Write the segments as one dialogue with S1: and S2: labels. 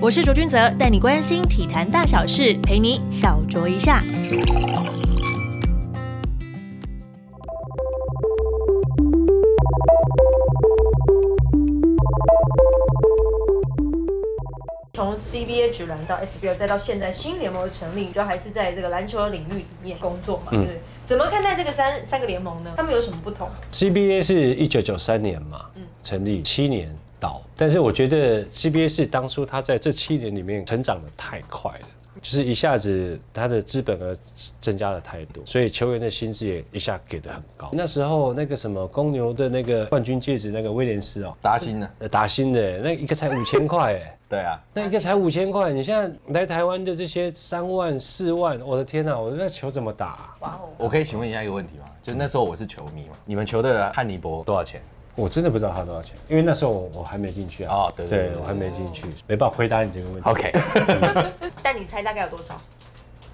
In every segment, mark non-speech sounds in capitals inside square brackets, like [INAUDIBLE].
S1: 我是卓君泽，带你关心体坛大小事，陪你小酌一下。
S2: 从 CBA 职篮到 SBL，再到现在新联盟的成立，你就还是在这个篮球领域里面工作嘛，对不对？怎么看待这个三三个联盟呢？他们有什么不同？
S3: CBA 是一九九三年嘛，成立七年倒，但是我觉得 CBA 是当初它在这七年里面成长的太快了。就是一下子它的资本额增加了太多，所以球员的薪资也一下给的很高。那时候那个什么公牛的那个冠军戒指那个威廉斯哦，
S4: 达新呢？
S3: 呃打新的那一个才五千块哎，
S4: 啊对啊，
S3: 那一个才五千块，你现在来台湾的这些三万四万，我的天哪、我那球怎么打啊、
S2: 哇哦，
S4: 我可以请问一下一个问题吗？就是那时候我是球迷嘛，你们球队的汉尼拔多少钱？
S3: 我真的不知道他多少钱，因为那时候我我还没进去啊。
S4: 哦对对对对
S3: 我还没进去，没办法回答你这个问题。
S4: OK，
S2: 但你猜大概有多少？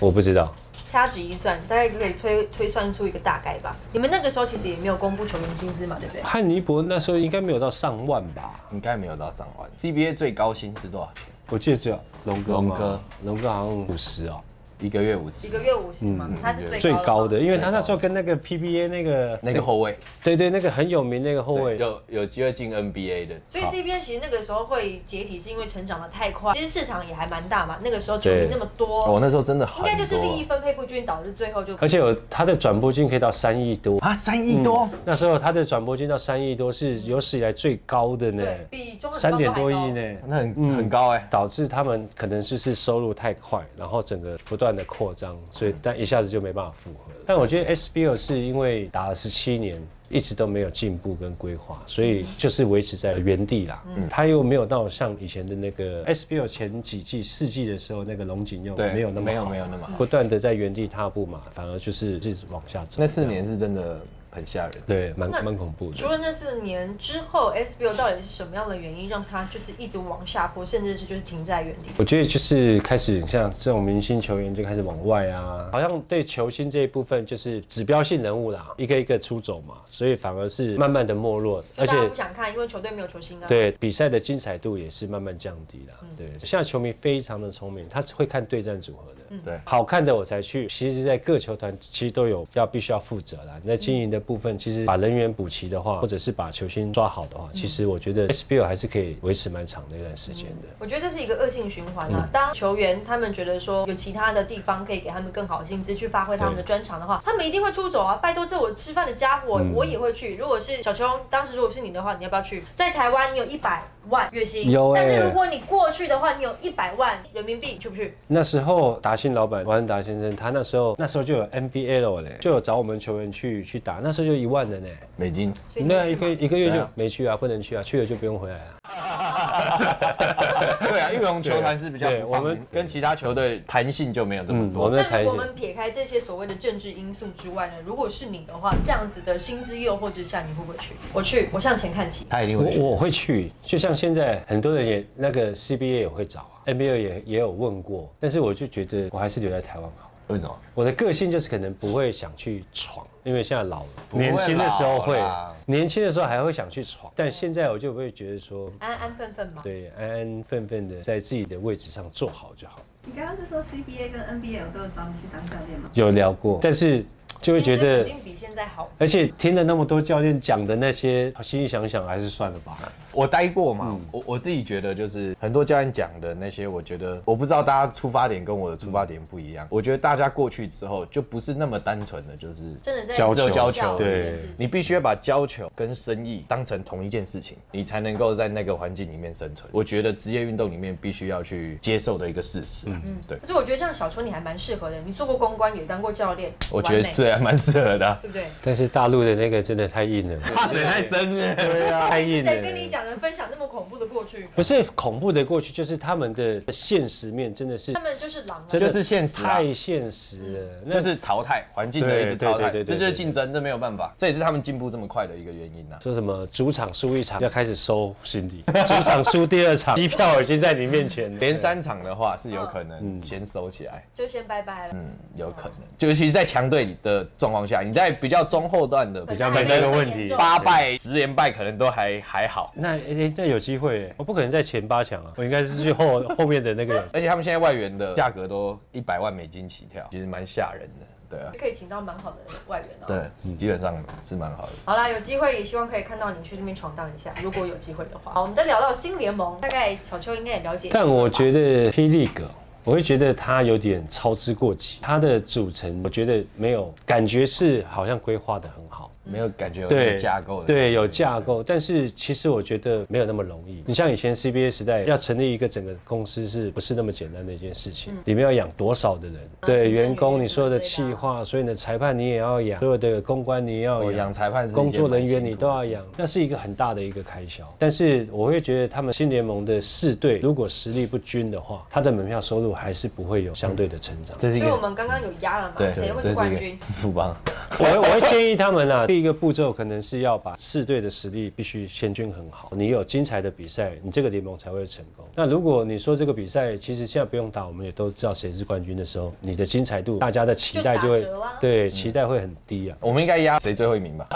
S3: 我不知道，
S2: 掐指一算，大概可以推推算出一个大概吧。你们那个时候其实也没有公布球员薪资嘛，对不对？
S3: 汉尼伯那时候应该没有到上万吧？
S4: 应该没有到上万。CBA 最高薪是多少钱？
S3: 我记得只有龙哥嘛，
S4: 龙哥
S3: 龙哥好像五十哦，
S4: 一个月五十，
S2: 月五十嘛，他是
S3: 最
S2: 吗
S3: 高的，。因为他那时候跟那个 PBA 那个
S4: 那个后卫，
S3: 对对那个很有名那个后
S4: 对，
S3: 卫，
S4: 有有机会进 NBA 的。
S2: 所以
S4: 好
S2: CBA 其实那个时候会解体，是因为成长的太快，其实市场也还蛮大嘛。那个时候球迷
S3: 对
S2: 那么
S4: 哦，
S2: 多，
S4: 那时候真的
S2: 应
S4: 很
S2: 该就是利益
S4: 多
S2: 分配不均，导致最后就
S3: 而且有他的转播金可以到三亿多。
S4: 啊，三亿多，
S3: 那时候他的转播金到三亿多，是有史以来最高的呢，
S2: 对比中华职
S3: 三
S2: 棒都
S3: 点
S2: 还
S3: 多亿
S2: 高
S3: 呢。
S4: 那很
S3: 嗯
S4: 很高哎。
S3: 导致他们可能就是收入太快，然后整个不断的扩张，所以但一下子就没办法复合了。但我觉得 SBL 是因为打了十七年，一直都没有进步跟规划，所以就是维持在原地啦。嗯，他又没有到像以前的那个 SBL 前几季四季的时候那个龙井又
S4: 对
S3: 没有那么
S4: 没有
S3: 好
S4: 没有那么好
S3: 不断的在原地踏步嘛，反而就是一直往下走
S4: 那。四年是真的很吓人。
S3: 对，蛮
S2: 那
S3: 蛮恐怖的。
S2: 除了那四年之后，SBO 到底是什么样的原因让他就是一直往下坡，甚至是就是停在原地？
S3: 我觉得就是开始像这种明星球员就开始往外啊，好像对球星这一部分就是指标性人物啦，一个一个出走嘛，所以反而是慢慢的没落，
S2: 就
S3: 而
S2: 大家
S3: 且
S2: 不想看，因为球队没有球星啊。，
S3: 对比赛的精彩度也是慢慢降低啦。对，现在球迷非常的聪明，他是会看对战组合的。
S4: 对，
S3: 好看的我才去。其实，在各球团其实都有要必须要负责啦。你在经营的部分，其实把人员补齐的话，或者是把球星抓好的话，其实我觉得 SBL 还是可以维持蛮长的一段时间的。
S2: 我觉得这是一个恶性循环
S3: 嗯
S2: 啊。当球员他们觉得说有其他的地方可以给他们更好的薪资去发挥他们的专长的话，他们一定会出走啊！拜托，这我吃饭的家伙，
S3: 嗯
S2: 我也会去。如果是小琼，当时如果是你的话，你要不要去？在台湾你有一百万月薪，
S3: 有欸
S2: 但是如果你过去的话，你有一百万人民币，你去不去？
S3: 那时候达兴老板王安达先生，他那时候那时候就有 NBL 了嘞，就有找我们球员去去打，那时候就一万人呢。
S4: 美
S3: [LAUGHS]
S4: 金，
S2: 所以你
S3: 那
S2: 去
S3: 一
S2: 吗
S3: 个一个月
S4: 对
S3: 就
S4: 啊
S3: 没去啊，不能去啊，去了就不用回来啊。
S4: 对啊，因为我们球团是比较
S3: 对
S4: 不放
S3: 我们
S4: 跟其他球队弹性就没有这么
S3: 嗯，我
S4: 多。
S3: 们在
S2: 那
S3: 台
S2: 如果
S3: 前
S2: 我们撇开这些所谓的政治因素之外呢？如果是你的话，这样子的薪资诱惑之下，你会不会去？我去，我向前看齐。
S4: 他一定会去
S3: 我我会去，就像现在很多人也那个 CBA 也会找啊，NBL 也也有问过，但是我就觉得我还是留在台湾好。
S4: 为什么？
S3: 我的个性就是可能不会想去闯，因为现在老了，
S4: 不会
S3: 年轻的时候
S4: 老
S3: 会
S4: 啦，
S3: 年轻的时候还会想去闯，但现在我就会觉得说，
S2: 安安分分嘛，
S3: 对，安安分分的在自己的位置上做好就好。
S5: 你刚刚是说 CBA 跟 NBA 有都有找你去当教练吗？
S3: 有聊过，但是就会觉
S2: 薪资
S3: 得
S2: 肯，定比现在好。
S3: 而且听了那么多教练讲的那些，心里想想还是算了吧。
S4: 我待过嘛，我我自己觉得就是很多教练讲的那些，我觉得我不知道大家出发点跟我的出发点不一样。我觉得大家过去之后就不是那么单纯的，就是
S2: 真的在
S3: 教
S4: 只有
S3: 球
S4: 教
S2: 教
S4: 球，
S2: 这
S3: 件
S4: 对
S2: 事情，
S4: 你必须要把教球跟生意当成同一件事情，你才能够在那个环境里面生存。我觉得职业运动里面必须要去接受的一个事实。嗯，对，
S2: 可是我觉得这样小邱你还蛮适合的，你做过公关，也当过教练，
S4: 我觉得
S2: 完美
S4: 这还蛮适合的 [LAUGHS] 啊、
S2: 对不对？
S3: 但是大陆的那个真的太硬了，
S4: 怕水太深是不是
S3: 对啊，太硬
S2: 谁跟你
S3: 了。
S2: 讲的分享那么恐怖的过去？
S3: 不是恐怖的过去，就是他们的现实面真的是
S2: 他们就是狼啊，
S3: 真的
S4: 就是现实啊
S3: 太现实了。那
S4: 就是淘汰环境的一直
S3: 对对
S4: 淘汰，
S3: 对对对
S4: 这就是竞争，这没有办法，这也是他们进步这么快的一个原因呐、啊
S3: 说什么主场输一场要开始收行李， [LAUGHS] 主场输第二场，机票已经在你面前了。
S4: 连三场的话是有可能先收起来，
S2: 就先拜拜了。
S4: 嗯，有可能，尤其是在强队的状况下，你在比较中后段的比
S3: 较
S4: 较
S3: 没那个问题
S2: 本来还没有那么严重
S4: 八败、十连败，可能都还还好。
S3: 那那诶那有机会耶，我不可能在前八强啊，我应该是去后后面的那个。
S4: 而且他们现在外援的价格都一百万美金起跳，其实蛮吓人的，对啊，
S2: 可以请到蛮好的外援哦。，
S4: 对，基本上是蛮好的。
S2: 好啦，有机会也希望可以看到你去那边闯荡一下，如果有机会的话。好，我们再聊到新联盟，大概小秋应该也了解。
S3: 但我觉得霹雳哥，我会觉得他有点操之过急，他的组成我觉得没有感觉是好像规划的很好，
S2: 嗯
S4: 没有感觉有那
S3: 对
S4: 个架构的，
S3: 对，有架构，但是其实我觉得没有那么容易。你像以前 CBA 时代，要成立一个整个公司是不是那么简单的一件事情？里面要养多少的人？对，
S2: 行政
S3: 员工，
S2: 人
S3: 你
S2: 员
S3: 所有的
S2: 之类
S3: 企
S2: 的啊
S3: 划，所有的裁判你也要养，所有的公关你也要
S4: 哦，
S3: 养
S4: 养。裁判是一件
S3: 工作人员
S4: 蛮辛
S3: 你
S4: 苦
S3: 都
S4: 的
S3: 要
S4: 事
S3: 养，那是一个很大的一个开销。但是我会觉得他们新联盟的四队如果实力不均的话，他的门票收入还是不会有相对的成长。
S4: 这是一
S2: 所以我
S4: 个
S2: 们刚刚有压了嘛，
S4: 对，
S2: 谁会
S4: 这
S2: 是
S4: 一
S2: 冠
S4: 个
S2: 军？
S4: 富邦，
S3: 我会我会建议他们啊，第一个步骤可能是要把四队的实力必须先均衡好，你有精彩的比赛，你这个联盟才会成功。那如果你说这个比赛其实现在不用打，我们也都知道谁是冠军的时候，你的精彩度，大家的期待就会
S2: 就打折啊啦
S3: 对期待会很低啊。
S4: 我们应该压谁最后一名吧？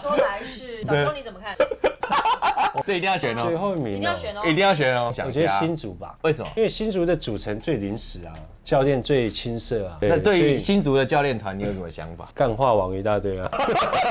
S2: 说来是小秋，你怎么看？
S4: [LAUGHS] 这一定要选
S3: 最
S4: 哦，
S3: 后一
S2: 一定
S3: 名、
S2: 要
S3: 哦，
S2: 选哦
S4: 一。定要选哦，想
S3: 我觉得
S4: 家
S3: 新竹吧。
S4: 为什么？
S3: 因为新竹的组成最临时啊，教练最青涩啊，
S4: 那对于
S3: 所以？
S4: 新竹的教练团，你有什么想法
S3: 干话王一大
S4: [LAUGHS]
S3: 堆啊，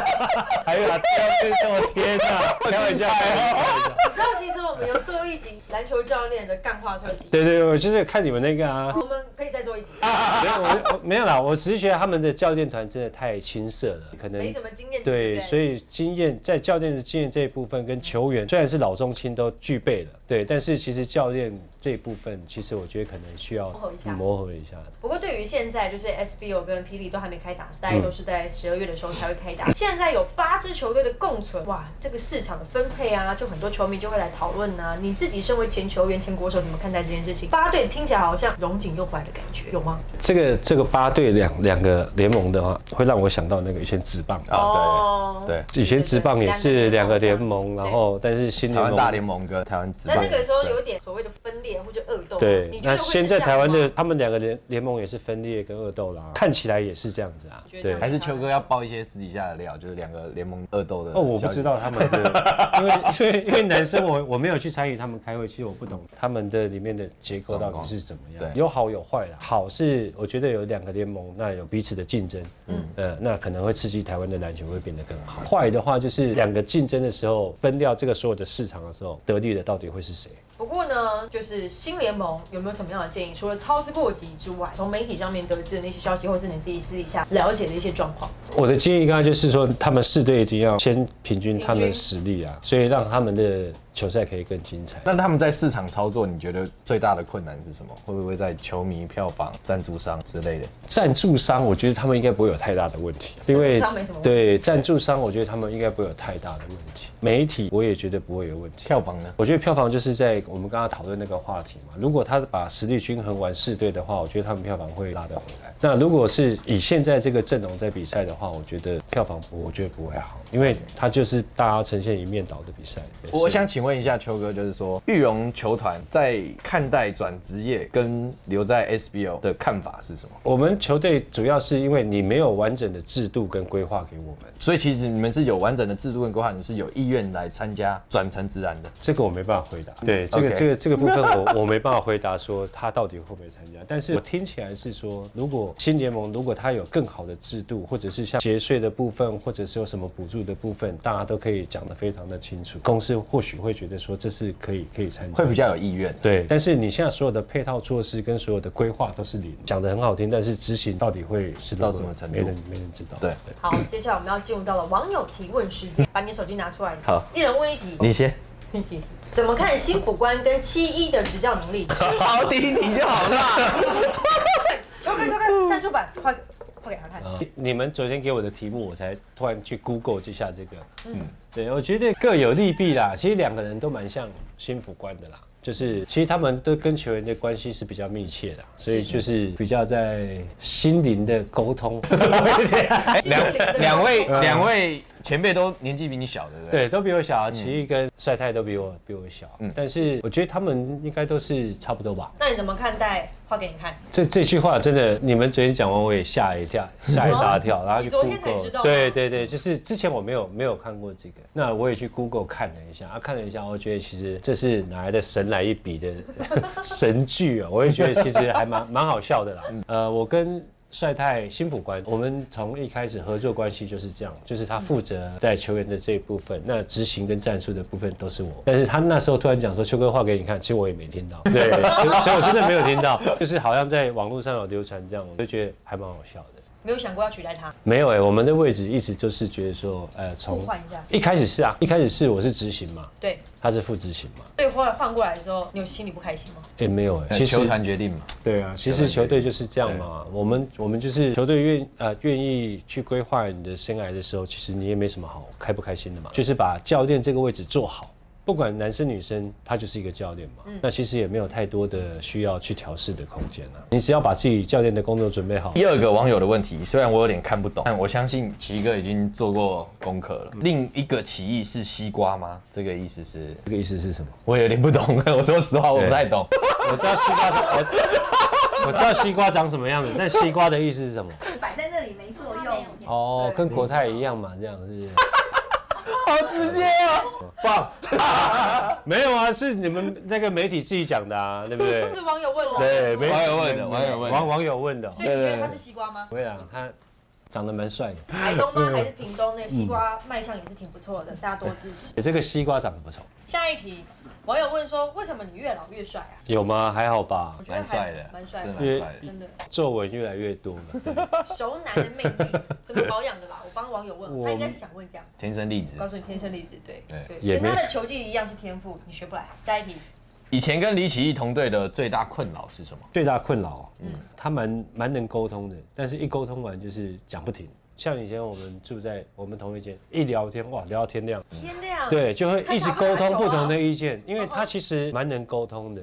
S3: [LAUGHS] 还有啊，这样这么贴
S4: [LAUGHS]
S3: 啊，开玩笑，开玩笑
S2: 你知道，其实我们有做一集篮球教练的干话特辑，
S3: 对对，我就是看你们那个啊，
S2: 我们可以再做一集，
S3: [LAUGHS] 没有我我没有啦，我只是觉得他们的教练团真的太青涩了，可能
S2: 没什么经验值，
S3: 对，所
S2: 以
S3: 以经验在教练的经验这一部分跟球员虽然是老中青都具备了，对，但是其实教练这一部分，其实我觉得可能需要嗯
S2: 磨合一下
S3: 磨合一下。
S2: 不过对于现在就是 SBO 跟霹雳都还没开打，
S3: 嗯
S2: 大概都是在十二月的时候才会开打。现在有八支球队的共存，哇，这个市场的分配啊，就很多球迷就会来讨论啊。你自己身为前球员、前国手，怎么看待这件事情？八队听起来好像荣景又回来的感觉，有吗？
S3: 这个这个八队两两个联盟的话，会让我想到那个以前职棒啊
S4: 哦，对对，
S3: 以前职棒也是两个联盟，
S2: 对
S3: 然后但是新
S4: 台
S3: 联
S4: 湾
S3: 盟
S4: 大联盟跟台湾职
S2: 但
S4: 棒，
S2: 那个时候
S4: 对
S2: 有点所谓的分裂或者恶斗嘛，啊
S3: 对
S2: 你，觉
S3: 那
S2: 得会
S3: 现
S2: 是这
S3: 在
S2: 样
S3: 台湾的
S2: 吗
S3: 他们两个联联盟也是分裂跟恶斗啦，看起来也是这样子啊。
S2: 觉
S3: 对
S2: 得这，样
S4: 还是秋哥要爆一些私底下的料，就是两个联盟恶斗的。
S3: 哦，我不知。道他们的，因为因为因为男生我我没有去参与他们开会，其实我不懂他们的里面的结构到底是怎么
S4: 状
S3: 样，
S4: 况
S3: 有好有坏啦。好是我觉得有两个联盟，那有彼此的竞争，嗯呃，那可能会刺激台湾的篮球会变得更好。坏的话就是两个竞争的时候分掉这个所有的市场的时候，得利的到底会是谁？
S2: 不过呢，就是新联盟有没有什么样的建议？除了操之过急之外，从媒体上面得知的那些消息，或是你自己私底下了解的一些状况，
S3: 我的建议刚才就是说，他们四队一定要先平均他们的实力啊，所以让他们的球赛可以更精彩。
S4: 那他们在市场操作，你觉得最大的困难是什么？会不会在球迷、票房、赞助商之类的？
S3: 赞助商，我觉得他们应该不会有太大的问题，因为
S2: 赞助商没什么问题
S3: 对赞助商，我觉得他们应该不会有太大的问题。媒体我也觉得不会有问题。
S4: 票房呢？
S3: 我觉得票房就是在我们刚刚讨论那个话题嘛。如果他把实力均衡完四队的话，我觉得他们票房会拉得回来。那如果是以现在这个阵容在比赛的话，我觉得票房不我觉得不会好，因为它就是大家呈现一面倒的比赛。
S4: 我想请问一下秋哥，就是说玉龙球团在看待转职业跟留在 SBO 的看法是什么？
S3: 我们球队主要是因为你没有完整的制度跟规划给我们，
S4: 所以其实你们是有完整的制度跟规划，你们是有意愿来参加转成职篮的。
S3: 这个我没办法回答。对，这个
S4: OK
S3: 这个这个部 [LAUGHS] 分我我没办法回答说他到底会不会参加，但是我听起来是说，如果新联盟如果他有更好的制度，或者是像节税的部分，或者是有什么补助的部分，大家都可以讲得非常的清楚，公司或许会觉得说这是可以可以参加
S4: 会。比较有意愿。
S3: 对，但是你现在所有的配套措施跟所有的规划都是零，讲得很好听，但是执行到底会是如何
S4: 到什么程度
S3: 没人没人知道。
S4: 对
S2: 好，接下来我们要进入到了网友提问时间，把你的手机拿出来，
S4: 嗯好
S2: 一人问一题。
S4: 你先，
S2: 怎么看辛苦官跟七一的执教
S4: [LAUGHS]
S2: 能力？
S4: 好，第一题就好了。
S2: 球哥，球
S4: 嗯
S2: 哥，战术版，快快给他看。
S3: 啊，你们昨天给我的题目，我才突然去 Google 一下这个。嗯，对，我觉得各有利弊啦。其实两个人都蛮像心腹官的啦，就是其实他们都跟球员的关系是比较密切的，所以就是比较在心灵的沟 [LAUGHS] 通。
S4: 哎两
S2: 心灵的
S4: 两位
S3: 嗯
S4: 两位前辈都年纪比你小，对不对？
S3: 对，都比我小啊，奇艺跟帅太都比我比我小，但是我觉得他们应该都是差不多吧。
S2: 那你怎么看待？画给你看，
S3: 这这句话真的，你们昨天讲完我也吓一跳，吓一大跳， [LAUGHS] 然后去
S2: 你昨天才
S3: Google，
S2: 知道吗
S3: 对对对，就是之前我没有没有看过这个，那我也去 Google 看了一下，啊看了一下，我觉得其实这是哪来的神来一笔
S2: [LAUGHS]
S3: 的神剧啊，我也觉得其实还蛮蛮好笑的啦。呃，我跟帅太心腹官，我们从一开始合作关系就是这样，就是
S2: 嗯
S3: 他负责带球员的这一部分，那执行跟战术的部分都是我。但是他那时候突然讲说秋哥画给你看，其实我也没听到，对，所以所以我真的没有听到，就是好像在网络上有流传这样，我就觉得还蛮好笑的。
S2: 没有想过要取代他，
S3: 没有哎、我们的位置一直就是觉得说，呃，
S2: 互
S3: 从
S2: 换一下。
S3: 一开始是啊，一开始是我是执行嘛，
S2: 对，
S3: 他是副执行嘛，
S2: 所以后来换过来的时候，你有心里不开心吗？
S3: 哎、没有哎、
S4: 呃，
S3: 其实
S4: 球团决定嘛。
S3: 对啊，其实球队就是这样嘛。我们我们就是球队愿呃愿意去规划你的生涯的时候，其实你也没什么好开不开心的嘛，就是把教练这个位置做好。不管男生女生，他就是一个教练嘛，
S2: 嗯
S3: 那其实也没有太多的需要去调试的空间啊。你只要把自己教练的工作准备好，
S4: 第二个网友的问题，虽然我有点看不懂，但我相信奇哥已经做过功课了。另一个奇异是西瓜吗？这个意思是，
S3: 这个意思是什么？
S4: 我有点不懂。我说实 [LAUGHS] 话，我不太懂。
S3: 我知道西瓜长，
S4: 哦 [LAUGHS]
S3: 我我知道西瓜长什么样子，但西瓜的意思是什么？
S5: 摆在那里没作用。
S3: 哦，
S5: 对
S3: 跟国泰一样嘛，这样是 [LAUGHS] 不是？
S4: 好直接
S3: [LAUGHS]
S4: 哦，棒！
S3: 没有啊，是你们那个媒体自己讲的啊，对不
S2: [LAUGHS]
S3: 对？
S2: 是网友问的，
S3: 对，媒体
S4: 网友问的，网友问
S3: 网
S4: 的。
S3: 网友问的哦，
S2: 所以你觉得他是西瓜吗？
S3: 我想他长得蛮帅的，
S2: 台东
S4: 嗯
S2: 吗？还是屏东？那个西瓜卖相也是挺不错的，大家多支
S4: 嗯
S2: 持。
S3: 欸这个西瓜长得不错，
S2: 下一题，网友问说，为什么你越老越帅啊？
S3: 有吗？还好吧
S2: 我，觉得还
S4: 蛮帅的，
S2: 蛮帅
S4: 真的
S2: 的，
S4: 蛮帅的。
S2: 真的。
S3: 皱纹越来越 [LAUGHS] 多了。对
S2: 熟男的魅力怎么保养的啦？我帮网友问，他应该是想问这样。
S4: 天生丽质
S2: 告。诉你天生丽质，对
S3: 嗯
S4: 对
S3: 也
S2: 跟
S3: 没
S2: 他的球技一样是天赋，你学不来。下一题，
S4: 以前跟李奇义同队的最大困扰是什么？
S3: 最大困扰，嗯，他蛮蛮能沟通的，但是一沟通完就是讲不停。像以前我们住在我们同一间，一聊天哇聊到天亮，
S2: 天亮，
S3: 对，就会一直沟通不同的意见，因为
S2: 嗯
S3: 他其实蛮能沟通的，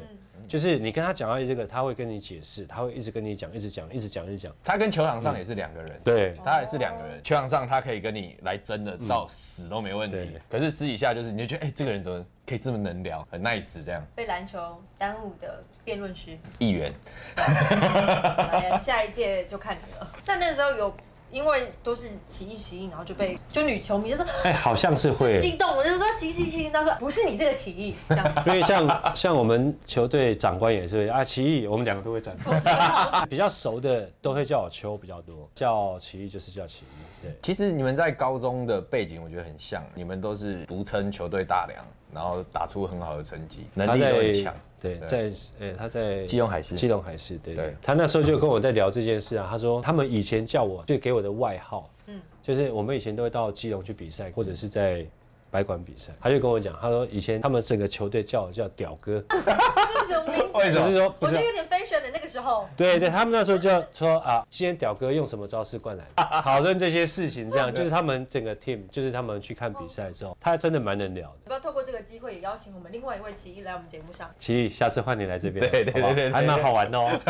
S3: 就是你跟他讲到这个，他会跟你解释，他会一直跟你讲，一直讲，一直讲，一直讲。
S4: 他跟球场上也是两个人。
S3: 嗯对，
S4: 他也是两个人，球场上他可以跟你来争的到死都没问题
S3: 对，
S4: 可是私底下就是你就觉得哎、这个人怎么可以这么能聊，很 nice 这样。
S2: 被篮球耽误的辩论师，
S4: 议员，
S2: 哎呀，下一届就看你了。 [LAUGHS] 但那时候有。因为都是起义起义，然后就
S3: 嗯
S2: 被就女球迷就说
S3: 哎，好像是会
S2: 激动，我就说起起起，他说不是你这个起义，这样
S3: 因为像像我们球队长官也是啊，奇艺，我们两个都会转头。 [LAUGHS] 比较熟的都会叫我秋比较多，叫奇艺就是叫奇艺。对，
S4: 其实你们在高中的背景我觉得很像，你们都是独撑球队大梁，然后打出很好的成绩，能力都很强。
S3: 对，
S4: 对
S3: 在呃、他在
S4: 基隆海事
S3: 基隆海事，对对
S4: 对
S3: 他那时候就跟我在聊这件事啊，他说他们以前叫我就给我的外号，嗯，就是我们以前都会到基隆去比赛，或者是在。白馆比赛，他就跟我讲，他说以前他们整个球队叫我叫屌哥，
S2: 这是什么
S3: [LAUGHS]
S2: 名字？
S4: 为什
S3: 就
S4: 么
S3: 是说不
S2: 我
S3: 知
S2: 就
S3: 道，
S2: 有点 fashion 的那个时候，
S3: 对对，他们那时候就说啊，今天屌哥用什么招式灌篮，讨论这些事情，这 [LAUGHS] 样就是他们整个 team，就是他们去看比赛之后，他真的蛮能聊的。
S2: 要不要透过这个机会也邀请我们另外一位起义来我们节目上？
S3: 奇艺，下次换你来这边，
S4: 对对
S3: 好不好
S4: 对对对
S3: 还蛮好玩的哦。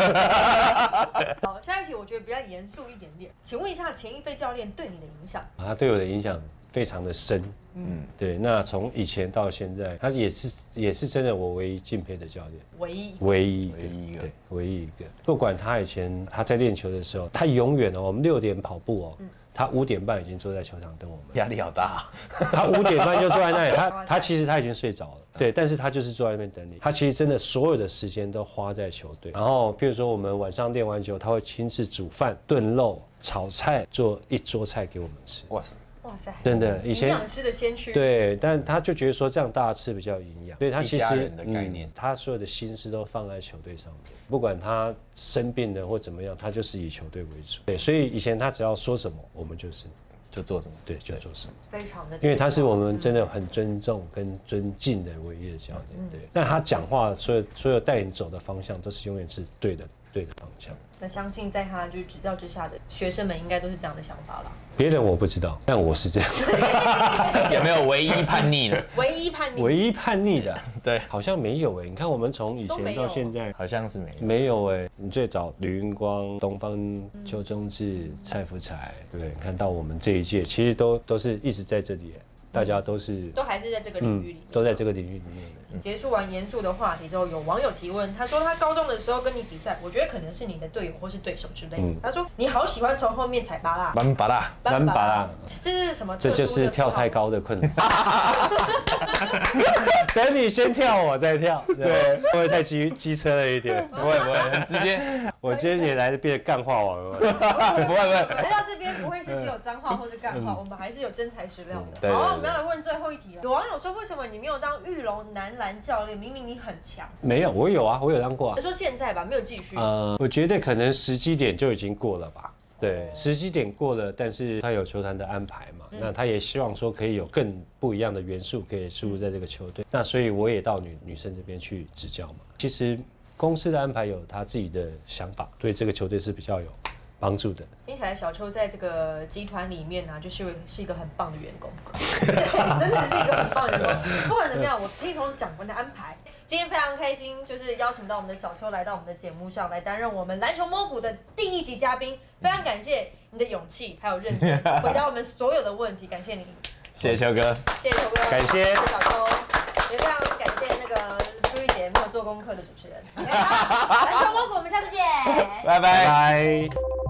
S2: 好，下一题我觉得比较严肃一点点，请问一下钱一飞教练对你的影响？
S3: 啊，他对我的影响非常的深。嗯，对，那从以前到现在，他也是也是真的我唯一敬佩的教练，
S2: 唯一
S3: 唯一
S4: 唯一一个
S3: 对，唯一一个。不管他以前他在练球的时候，他永远哦，我们六点跑步
S2: 嗯
S3: 哦，他五点半已经坐在球场等我们。
S4: 压力好大、啊
S3: 他五点半就坐在那里，
S2: [LAUGHS]
S3: 他他其实他已经睡着了，
S4: 嗯
S3: 对，但是他就是坐在那边等你。他其实真的所有的时间都花在球队，然后譬如说我们晚上练完球，他会亲自煮饭、炖肉、炒菜，做一桌菜给我们吃。
S4: 哇，
S2: 哇塞，
S3: 真的，以
S2: 营
S3: 前
S2: 养师的先驱，，
S3: 对，但他就觉得说这样大家吃比较有营养，所以他其
S4: 一家
S3: 实嗯
S4: 人的概念
S3: 他所有的心思都放在球队上面，不管他生病了或怎么样，他就是以球队为主。对，所以以前他只要说什么，我们就是
S4: 就做什么？
S3: 对就做什么。
S2: 非常的，
S3: 因为他是我们真的很尊重跟尊
S4: 嗯
S3: 敬的唯一的教练，对。那他讲话所有所有带你走的方向都是永远是对的，对的方向。
S2: 那相信在他就是执教之下的学生们，应该都是这样的想法啦。
S3: 别人我不知道，但我是
S4: [LAUGHS]
S3: 这样。
S4: 有没有唯一叛逆
S3: [LAUGHS]
S4: 的？
S2: 唯一叛逆，
S3: 唯一叛逆的，
S4: 对，
S3: 好像没有哎、你看我们从以前到现在。
S4: 好像是没有。
S3: 没有哎、你最早李云光、东方邱中志、蔡福才，对不对？你看到我们这一届，其实都都是一直在这里欸、大家都是
S2: 嗯
S3: 嗯
S2: 都还是在这个领域里面。
S3: 都在这个领域里面的。
S2: 结束完严肃的话题之后，有网友提问，他说他高中的时候跟你比赛，我觉得可能是你的队友或是对手之类的。
S3: 嗯
S2: 他说你好喜欢从后面踩拔啦，
S4: 蛮拔啦，
S3: 班拔啦，
S2: 这是什么
S3: 这
S2: 特殊
S3: 就
S2: 的不好？
S3: 是跳太高的困难。 [LAUGHS] 等你先跳，我再跳。对，会不会太机机车了一
S2: [LAUGHS]
S3: 点？
S4: 不会不会，很直接，
S3: 我今天也来变干话王了。 [LAUGHS]
S4: [LAUGHS] 不会不嗯会。
S2: 来到这边不会是只有脏话或是干话，我们还是有真材实料的。
S4: 嗯对对
S2: 好，
S4: 对
S2: 我们要来问最后一题了。有网友说，为什么你没有当玉龙男篮教练？明明你很强。
S3: 没有，我有啊，我有当过啊
S2: 他。说现在吧，没有继续。
S4: 嗯
S3: 呃，我觉得可能时机点就已经过了吧。对，时机点过了，但是他有球团的安排嘛，那他也希望说可以有更不一样的元素可以输入在这个球队，那所以我也到女女生这边去执教嘛。其实公司的安排有他自己的想法，对这个球队是比较有帮助的。
S2: 听起来小秋在这个集团里面呢、啊，就是是一个很棒的员工， [LAUGHS] 真的是一个很棒的员
S4: [LAUGHS]
S2: 工。不管怎么样，我听从长官的安排。今天非常开心，就是邀请到我们的小秋来到我们的节目上来担任我们篮球摸骨的第一集嘉宾。非常感谢你的勇气还有
S4: [LAUGHS]
S2: 认真，回答我们所有的问题，感谢你，
S4: 谢谢秋哥，
S2: 谢谢秋哥，
S3: 感谢
S2: 谢谢小秋，也非常感谢那个苏玉 [LAUGHS]
S3: [LAUGHS]
S2: 杰没有做功课的主持人。好篮球摸骨，我们下次见。
S4: 拜拜。
S3: 拜。